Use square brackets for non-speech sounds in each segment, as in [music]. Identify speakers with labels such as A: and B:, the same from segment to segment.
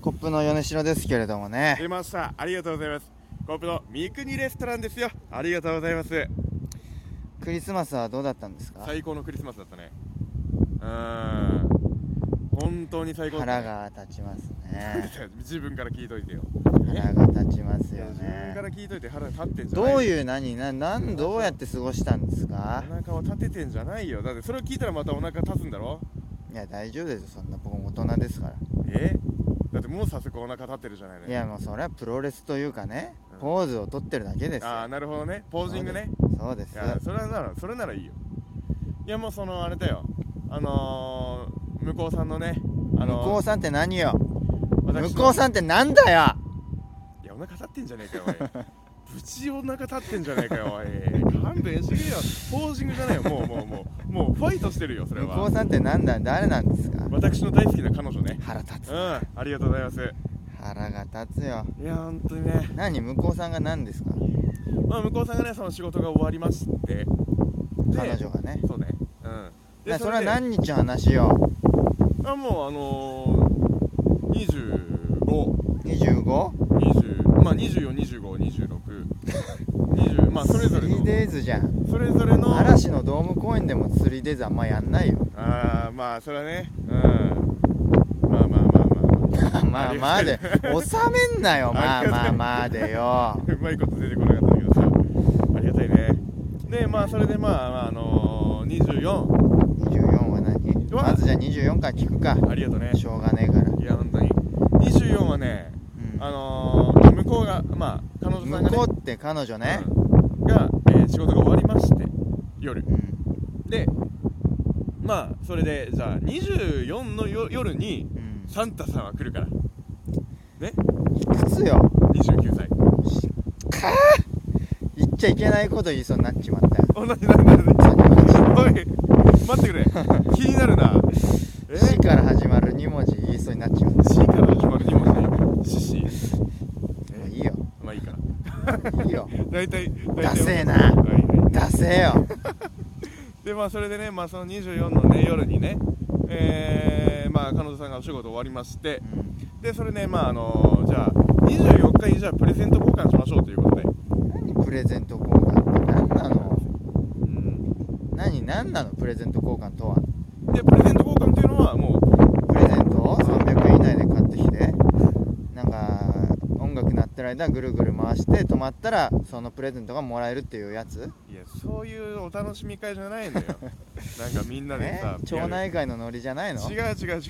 A: コップの米代ですけれどもね
B: 出ましたありがとうございますコップの三国レストランですよありがとうございます
A: クリスマスはどうだったんですか
B: 最高のクリスマスだったねうーん本当に最高だった
A: 腹
B: ね
A: が立ちますね
B: 自分から聞いといてよ
A: 腹が立ちます
B: い
A: よ
B: や自分
A: ね
B: から聞いといて腹立ってんじゃない
A: どういう何ななんどうやって過ごしたんですか
B: お腹を立ててんじゃないよだってそれを聞いたらまたお腹立つんだろ
A: いや大丈夫ですよそんな僕も大人ですから
B: えだってもう早速お腹立ってるじゃないのよ
A: いやもうそれはプロレスというかね
B: うん
A: ポーズを取ってるだけですよ
B: ああなるほどねポージングね
A: そうです
B: い
A: そう
B: や
A: です
B: それはならそれならいいよいやもうそのあれだよあのー、向こうさんのねあ
A: 向
B: の
A: こうさんって何よ向こう
B: ん
A: さんってなんだよ
B: いやお腹立ってんじゃねえかよおい [laughs] ぶちお腹立ってんじゃねえかよおい勘弁してみよポージングじゃないよもうもうもうもうファイトしてるよそれ
A: 向こ
B: は
A: うさんってなんだ誰なんですか
B: 私の大好きな彼女ね
A: 腹立
B: う
A: つ
B: んありがとうございます
A: 腹が立つよ
B: いや本当にね、
A: 何向こうさんが何ですか
B: まあ、向こうさんがねその仕事が終わりましてで
A: 彼女がね
B: そうねうん
A: ねそれは
B: で
A: 何日の話よ
B: あもうあのー、25
A: 25?
B: 20まあ24252620
A: [laughs]
B: まあそれぞれの
A: 3days じゃん
B: それぞれの
A: 嵐のドーム公演でも 3days あんまやんないよ [laughs]
B: ああまあそれはねうんまあまあまあま
A: まあまあで収めんな
B: [laughs]
A: よまあまあまあでよ
B: あうまいこと出てこなかったけどさありがたいねでまあそれでまあ、まあ、あのー、
A: 24は何
B: うわ
A: まずじゃあ24から聞くか
B: 24ありがとうね
A: しょうがねえから、
B: いや本当に24はね
A: うん
B: あのー、向こうがまあ彼女さんが、
A: 向
B: ね、
A: こうって彼女ね、
B: うんが、えー仕事が終わりまして夜
A: うん
B: でまあそれでじゃあ24のよ夜に
A: うん
B: サンタさんは来るからね
A: いくつよ
B: 29歳
A: かー言っちゃいけないこと言いそうになっちまったよ
B: 同じなんだよおい待ってくれ気になるなえ
A: 「し」から始まる2文字言いそうになっちまった
B: シから始まる2文字シシ
A: もういいよ
B: まあいいか
A: いいよ
B: 大体大体
A: ダセえな
B: はいは
A: 出せ
B: [laughs]
A: よ
B: いでまあそれでねまあその24のね夜にねえー、まあ彼女さんがお仕事終わりましてでそれねまああのじゃあ24日にじゃあプレゼント交換しましょうということで
A: 何プレゼント交換って何なの
B: うん
A: 何何なのプレゼント交換とは
B: でプレゼント交換っていうのはもう
A: プレゼントを300円以内で買ってきてなんか音楽鳴ってる間ぐるぐる回して止まったらそのプレゼントがもらえるっていうやつ
B: いやそういうお楽しみ会じゃないんだよなんかみんなで
A: ね
B: さ、
A: 町内会のノリじゃないの
B: 違う違う違う違う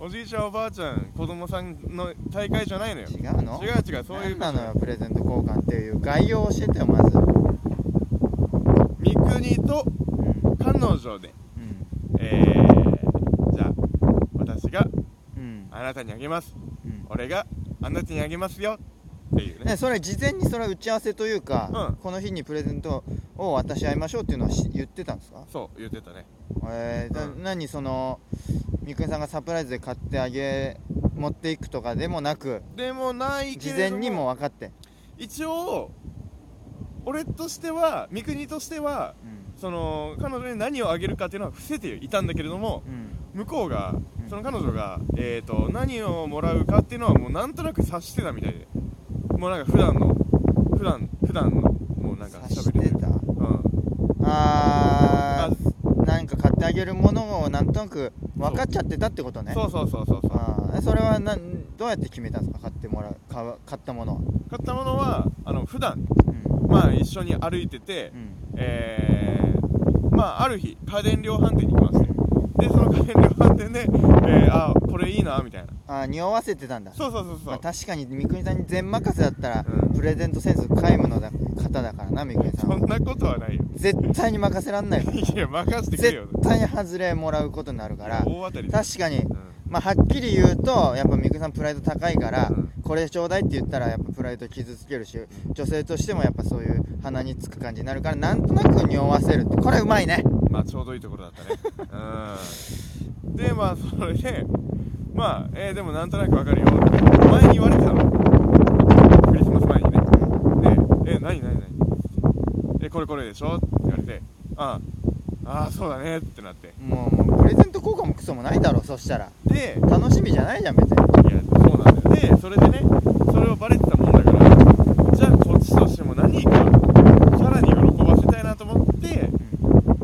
B: おじいちゃんおばあちゃん子供さんの大会じゃないのよ
A: 違うの
B: 違う違うそういう
A: 何なのよプレゼント交換っていう概要を教えてよまずう
B: 三国と
A: ん
B: 彼女で
A: うん
B: えー、じゃあ私が
A: うん
B: あなたにあげます
A: うん
B: 俺があなたにあげますよっていうね
A: ね、それ事前にそれは打ち合わせというか、
B: うん
A: この日にプレゼントを渡し合いましょうっていうのはし言ってたんですか
B: そう言ってたね
A: えーだ
B: うん
A: 何そのみくにさんがサプライズで買ってあげ持っていくとかでもなく
B: でもないけ
A: 事
B: れど
A: 前にもう分かって、
B: 一応俺としては三国としては
A: うん
B: その彼女に何をあげるかっていうのは伏せていたんだけれども向こうが
A: うん
B: その彼女が、えー、と何をもらうかっていうのはもうなんとなく察してたみたいでもうなんか普段の普段普段のもうなんか
A: 察し
B: 喋
A: て
B: りで
A: た
B: うん
A: あーなんか買ってあげるものをなんとなく分かっちゃってたってことね
B: そうそうそうそうそう買
A: あーそれはなんどうやって決めたんですか買ってもらう買う買ったものは、
B: ったものはあの普段
A: うん
B: まあ一緒に歩いてて、
A: うん
B: えー、まあある日家電量販店に行きましてでその家電量販店で、えー、あこれいいなみたいな
A: あー匂わせてたんだ
B: そうそうそうそう、
A: まあ、確かに三國さんに全任せだったら、
B: うん
A: プレゼントセンス皆無のだ方だからな三國さん
B: そ
A: は
B: んなことはないよ [laughs]
A: 絶対に任せらんないから
B: いや任せてくれよ
A: 絶対に外れもらうことになるから
B: 大当たりだよ
A: 確かに
B: うん
A: まあはっきり言うとやっぱ三國さんプライド高いから、
B: うん
A: これちょうだいって言ったらやっぱプライド傷つけるし女性としてもやっぱそういう鼻につく感じになるからなんとなく匂わせるってこれうまいね
B: まあちょうどいいところだったねうんでまあそれでまあ、えーでもなんとなくわかるよって前に言われてたのクリスマス前にねで「え何何何えこれこれでしょ?」って言われて「あああーそうだね」ってなって
A: もうもうプレゼント効果もクソもないだろそしたら
B: で
A: 楽しみじゃないじゃん別に
B: いやそうなのそれでねそれをバレてたもんだからじゃあこっちとしても何かさらに喜ばせたいなと思って、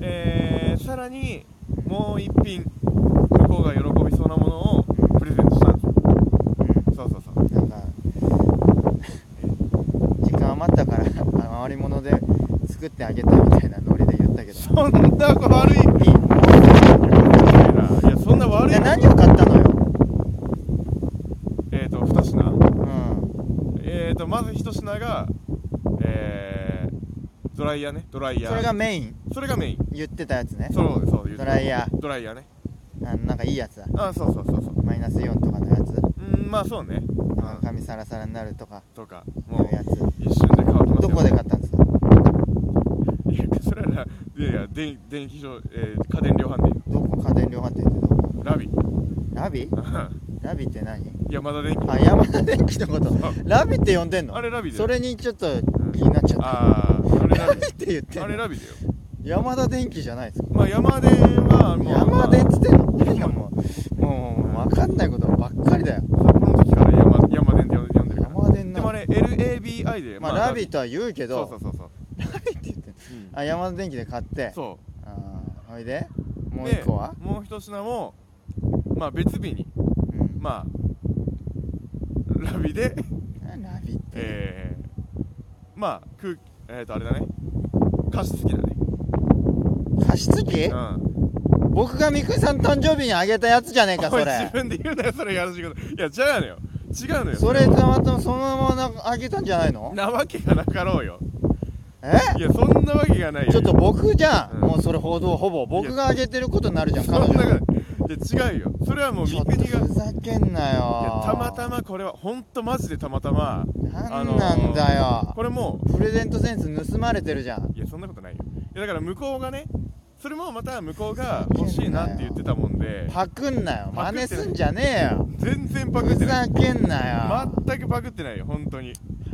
B: えー、さらにもう一品向こうが喜びそうなものをプレゼントしたんですよそうそうそう
A: なんか [laughs] 時間余ったからあ回り物で作ってあげたみたいなノリで言ったけど
B: そんな悪い
A: いい
B: いやそんな悪
A: い
B: い
A: や何を買ったのよ、
B: えっ、ー、と2品
A: うん、
B: えーとまず一品がえー、ドライヤーねドライヤー
A: それがメイン
B: それがメイン
A: 言ってたやつね
B: そうそう言う
A: ドライヤ
B: ドライヤーね
A: ーあのなんかいいやつだ
B: あそうそうそうそう
A: マイナス4とかのやつ
B: うんまあそうね
A: あの
B: うん
A: 髪サラサラになるとか
B: とか
A: の
B: も
A: や
B: う
A: つ
B: 一瞬で乾きますよ
A: どこで買ったんですか
B: いやそれはいやいや電電気上、えー、家電量販店
A: どこ家電量販店ってどこ
B: ラビ
A: ラビラビって何
B: [laughs] 山田電機
A: あ山田電機のこと
B: あ
A: ラビって呼んでんの
B: あれラビだよ
A: それにちょっと気になっちゃった、
B: あーあれラ
A: ラ
B: ビ
A: ビって言 [laughs] って
B: あれ
A: んの
B: ラビだよ
A: 山田電機じゃないですか
B: まあ山電はもう
A: 山田っつってんの
B: まあ
A: いやもうもうもう分かんないことばっかりだよ
B: 札幌の時から山山電って呼んで呼んでるから
A: 山田
B: で
A: な
B: もあれ LABI で
A: まあ、ラビとは言うけど
B: そうそうそうそう、
A: ラビって言ってんの
B: うん
A: あ山田電機で買って
B: そ
A: あーほいで
B: う
A: もう
B: で
A: 一個は、
B: もう一品もまあ別日に
A: うん
B: まあラ
A: [laughs]
B: ビで
A: ラビって、
B: えー、まあ空気えっ、ー、とあれだね加湿器だね
A: 加湿器
B: うん
A: 僕がみくさん誕生日にあげたやつじゃねえかそ
B: [laughs] おい
A: れ
B: 自分で言うなよそれやらしいこといや違うのよ違うのよ
A: それたまたまそのままなんかあげたんじゃないの
B: なわけがなかろうよ
A: え
B: いやそんなわけがないよ
A: ちょっと僕じゃん、
B: うん
A: もうそれ報道ほぼ僕があげてることになるじゃん
B: そん
A: 彼
B: な
A: 女
B: わけ
A: ち
B: ないいや違うよそれはもう
A: ょ
B: 三
A: っと
B: 国が
A: ふざけんない
B: や
A: よ
B: たまたまこれはほんとマジでたまたま
A: なんなんだよ、
B: これも
A: プレゼントセンス盗まれてるじゃん
B: ういやそんなことないよいやだから向こうがねそれもまた向こうが欲しいなって言ってたもんで
A: パクんなよ
B: パク
A: 真
B: っ
A: 似
B: てない
A: すんじゃねえよ
B: 全然パクっ
A: ふ
B: てない
A: ざけんなよ、
B: 全くパクってないよ本当に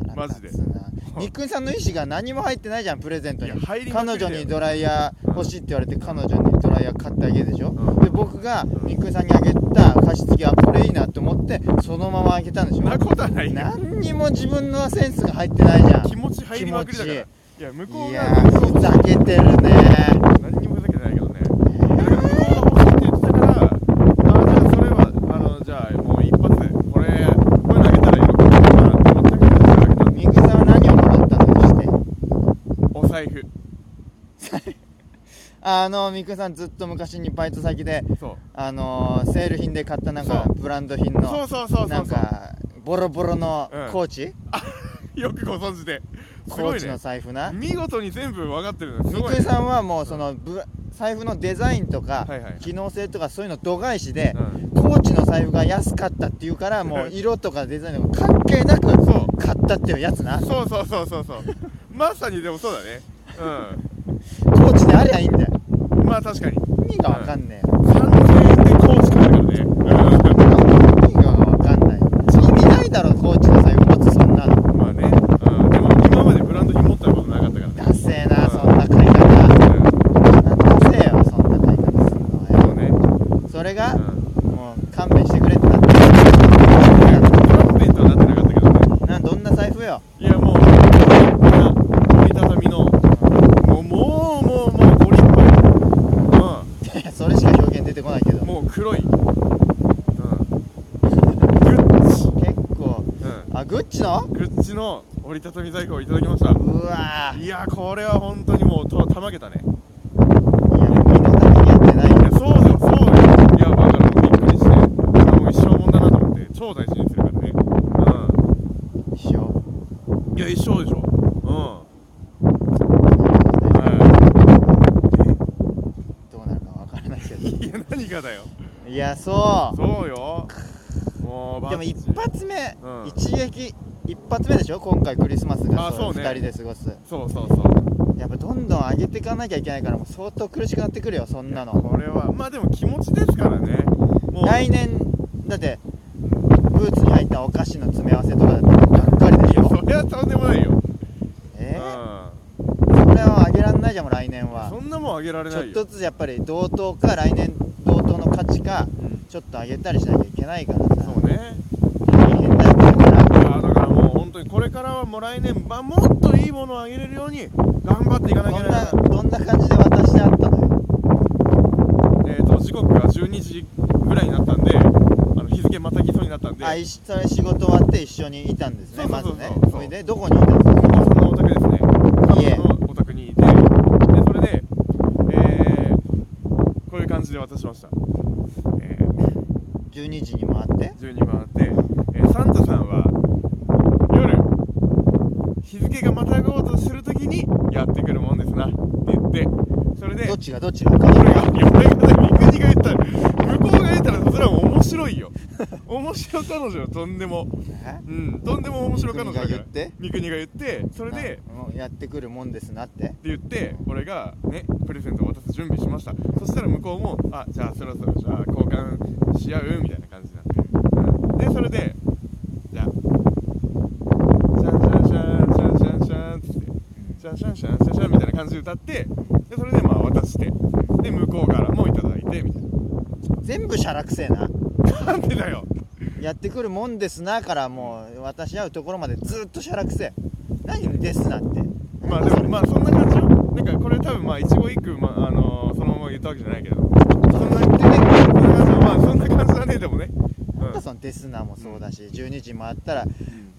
A: 腹立つな
B: マジで
A: みっくんさんの意思が何も入ってないじゃんプレゼントに
B: いや入りまく
A: 彼
B: りだよ
A: 女にドライヤー欲しいって言われて彼女にドライヤー買ってあげるでしょ、
B: うん
A: で僕がみっくんさんにあげた加湿器はこれいいなと思ってそのままあげたんでし
B: そんな
A: ょ
B: ことはないよ
A: 何にも自分のセンスが入ってないじゃん
B: 気持ち入りまくりだからいや向こ
A: いうや
B: が
A: ーふざけてるね
B: 何にもふざけてないけどねだから向こうが欲しいって言ってたからあじゃあそれはあのじゃあもう一発でこれこれ投げたらいいのかなって思ったけどそれ投げたん
A: み
B: で
A: っくんさんは何をもらったのとして
B: お財布
A: あのみっくんさんずっと昔にバイト先で
B: そう
A: あのーセール品で買ったなんか
B: そう
A: ブランド品
B: そ
A: の
B: うそうそうそう
A: なんかボロボロの
B: うん
A: コーチ、
B: よくご存知で。す
A: コ
B: ご
A: ー
B: い
A: チの
B: ね。
A: 財布な、
B: 見事に全部分かってるのす
A: み
B: ご
A: く
B: い、ね
A: り。さんはもうその、ぶ財布のデザインとか、
B: はいはい
A: 機能性とかそういうの度外視で
B: う、ん
A: コーチの財布が安かったっていうからもう色とかデザインとか関係なく
B: そう
A: 買ったっていうやつなコ
B: そうそうそうそうそう。まさにでもそうだね。
A: ーチでありゃいいんだよ
B: うん。まあ確かに。
A: 意味がわかんねえよ、
B: 3000円でコーチ買えるね。う
A: 意味がわかんないよ意味ないだろコーチの財布持つそんなの
B: んまあね。うん。でも今までブランド品持ったことなかったからね。
A: ダセえな、
B: うん
A: そんな買い方ダセえよそんな買い方するの
B: うん
A: は
B: そ
A: よ
B: うね。
A: それが
B: う、ん。
A: もう勘弁してくれってなって
B: コンペとはなってなかったけどね。
A: などんな財布よ
B: いやもう、こんな折りたたみの、もうもうもうもうご立派よ。うん。
A: いやそれしか表現出てこないけど
B: もう黒い。うん。グッチ。
A: 結構
B: う
A: あグッチの
B: ん。グッチの折りたたみ財布をいただきました。
A: うわーい
B: いやー、これは本当にもうとたまげたね。
A: やみんな何やってない
B: い
A: よ
B: や、そうだよ、そうだよ。いや、だからびっくりして、あもう一生もんだなと思って、超大事にするからね。
A: 一緒
B: うん。いや、一生でし
A: ど
B: ょ。うん。は
A: うなるかわからないけど
B: い。いや、何がだよ。
A: いやそ
B: そうよ。もう、
A: う
B: バ
A: でも
B: ッチリ
A: 一発目、
B: うん
A: 一撃一発目でしょ今回クリスマスが
B: あそうね
A: 2人で過ごす
B: そうそうそう。
A: やっぱどんどん上げていかなきゃいけないからもう相当苦しくなってくるよそんなの
B: これは、まあでも気持ちですからね。もう、
A: 来年だってブーツに入ったお菓子の詰め合わせとかだったらがっかりで
B: い
A: し
B: や、
A: ょ
B: それはとんでもないよ。
A: えー、
B: うん。
A: それは上げらんないじゃんもう来年は
B: そんなもんあげられ
A: ち
B: な
A: ょっ
B: いよ
A: とずつやっぱり同等か来年同等の価値か
B: うん
A: ちょっと上げたりしなきゃいけないからさ
B: そうね
A: 大変だよ
B: れからはもう来年、まあ、もっといいものをあげれるように頑張っていかなきゃ
A: どん
B: いけな
A: な
B: い
A: どんな感じで渡してあったのよ
B: えー、と時刻が12時ぐらいになったんであの日付またぎそうになったんで
A: あ一緒に仕事終わって一緒にいたんですね
B: そうそう
A: ま
B: そうそ
A: ず
B: う
A: ねそれでどこにいたんですか
B: お子さんのお宅ですね
A: いえ
B: 彼女のお宅にいてでそれで、えー、こういう感じで渡しました、えー、
A: 12時にも会って
B: 12番あって、えーサンタさんは夜日付がまたごうとするときにやってくるもんですなって言ってそれで
A: どっちがどっちが彼
B: こ
A: 女
B: れが、
A: が
B: いや、俺が国が言ったら、向こうが言ったら、それは面白いよ。面白彼女よ、とんでも。
A: え
B: うん、とんでも面白彼女だか
A: 三
B: ら。
A: 国が言って
B: 三国が言って、それで、
A: なもうやってくるもんですなって
B: って言って、俺が、ね、プレゼントを渡す準備しました。そしたら向こうも、あ、じゃあそろそろ、じゃあ交換し合う、みたいな感じになって。うんで、それで、じゃあ、シャンシャンシャン、シャンシャンシャン、つって。シャンシャンシャンシャンシャンみたいな感じで歌ってでそれでまあ渡してで向こうからもいただいてみたい
A: 全部しゃらくせえな
B: ななんでだよ
A: やってくるもんですなからもう渡し合うところまでずっとしゃらくせえ何ですなって
B: まあでもまあそんな感じよなんかこれ多分まあ一語一句、まああのーそのまま言ったわけじゃないけどそんなそんな感じまあそんな感じだねでもねう
A: なん
B: ん
A: かそのデスナもそうだし、12時回ったら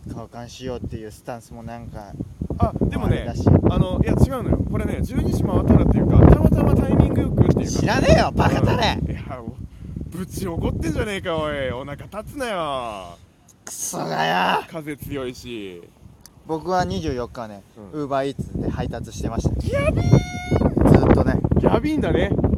A: 交換しようっていうスタンスもなんか
B: あでも
A: あれ
B: ね
A: だし
B: あのいや違うのよこれね12時回ったらっていうかたまたまタイミングよくっていうか
A: 知らねえよバカだね
B: うんいやおぶち怒ってんじゃねえかおいお腹立つなよ
A: クソがよ
B: 風強いし
A: 僕は24日はね
B: うん
A: ウーバーイーツで配達してましたやべえずっとね
B: ギャビンだね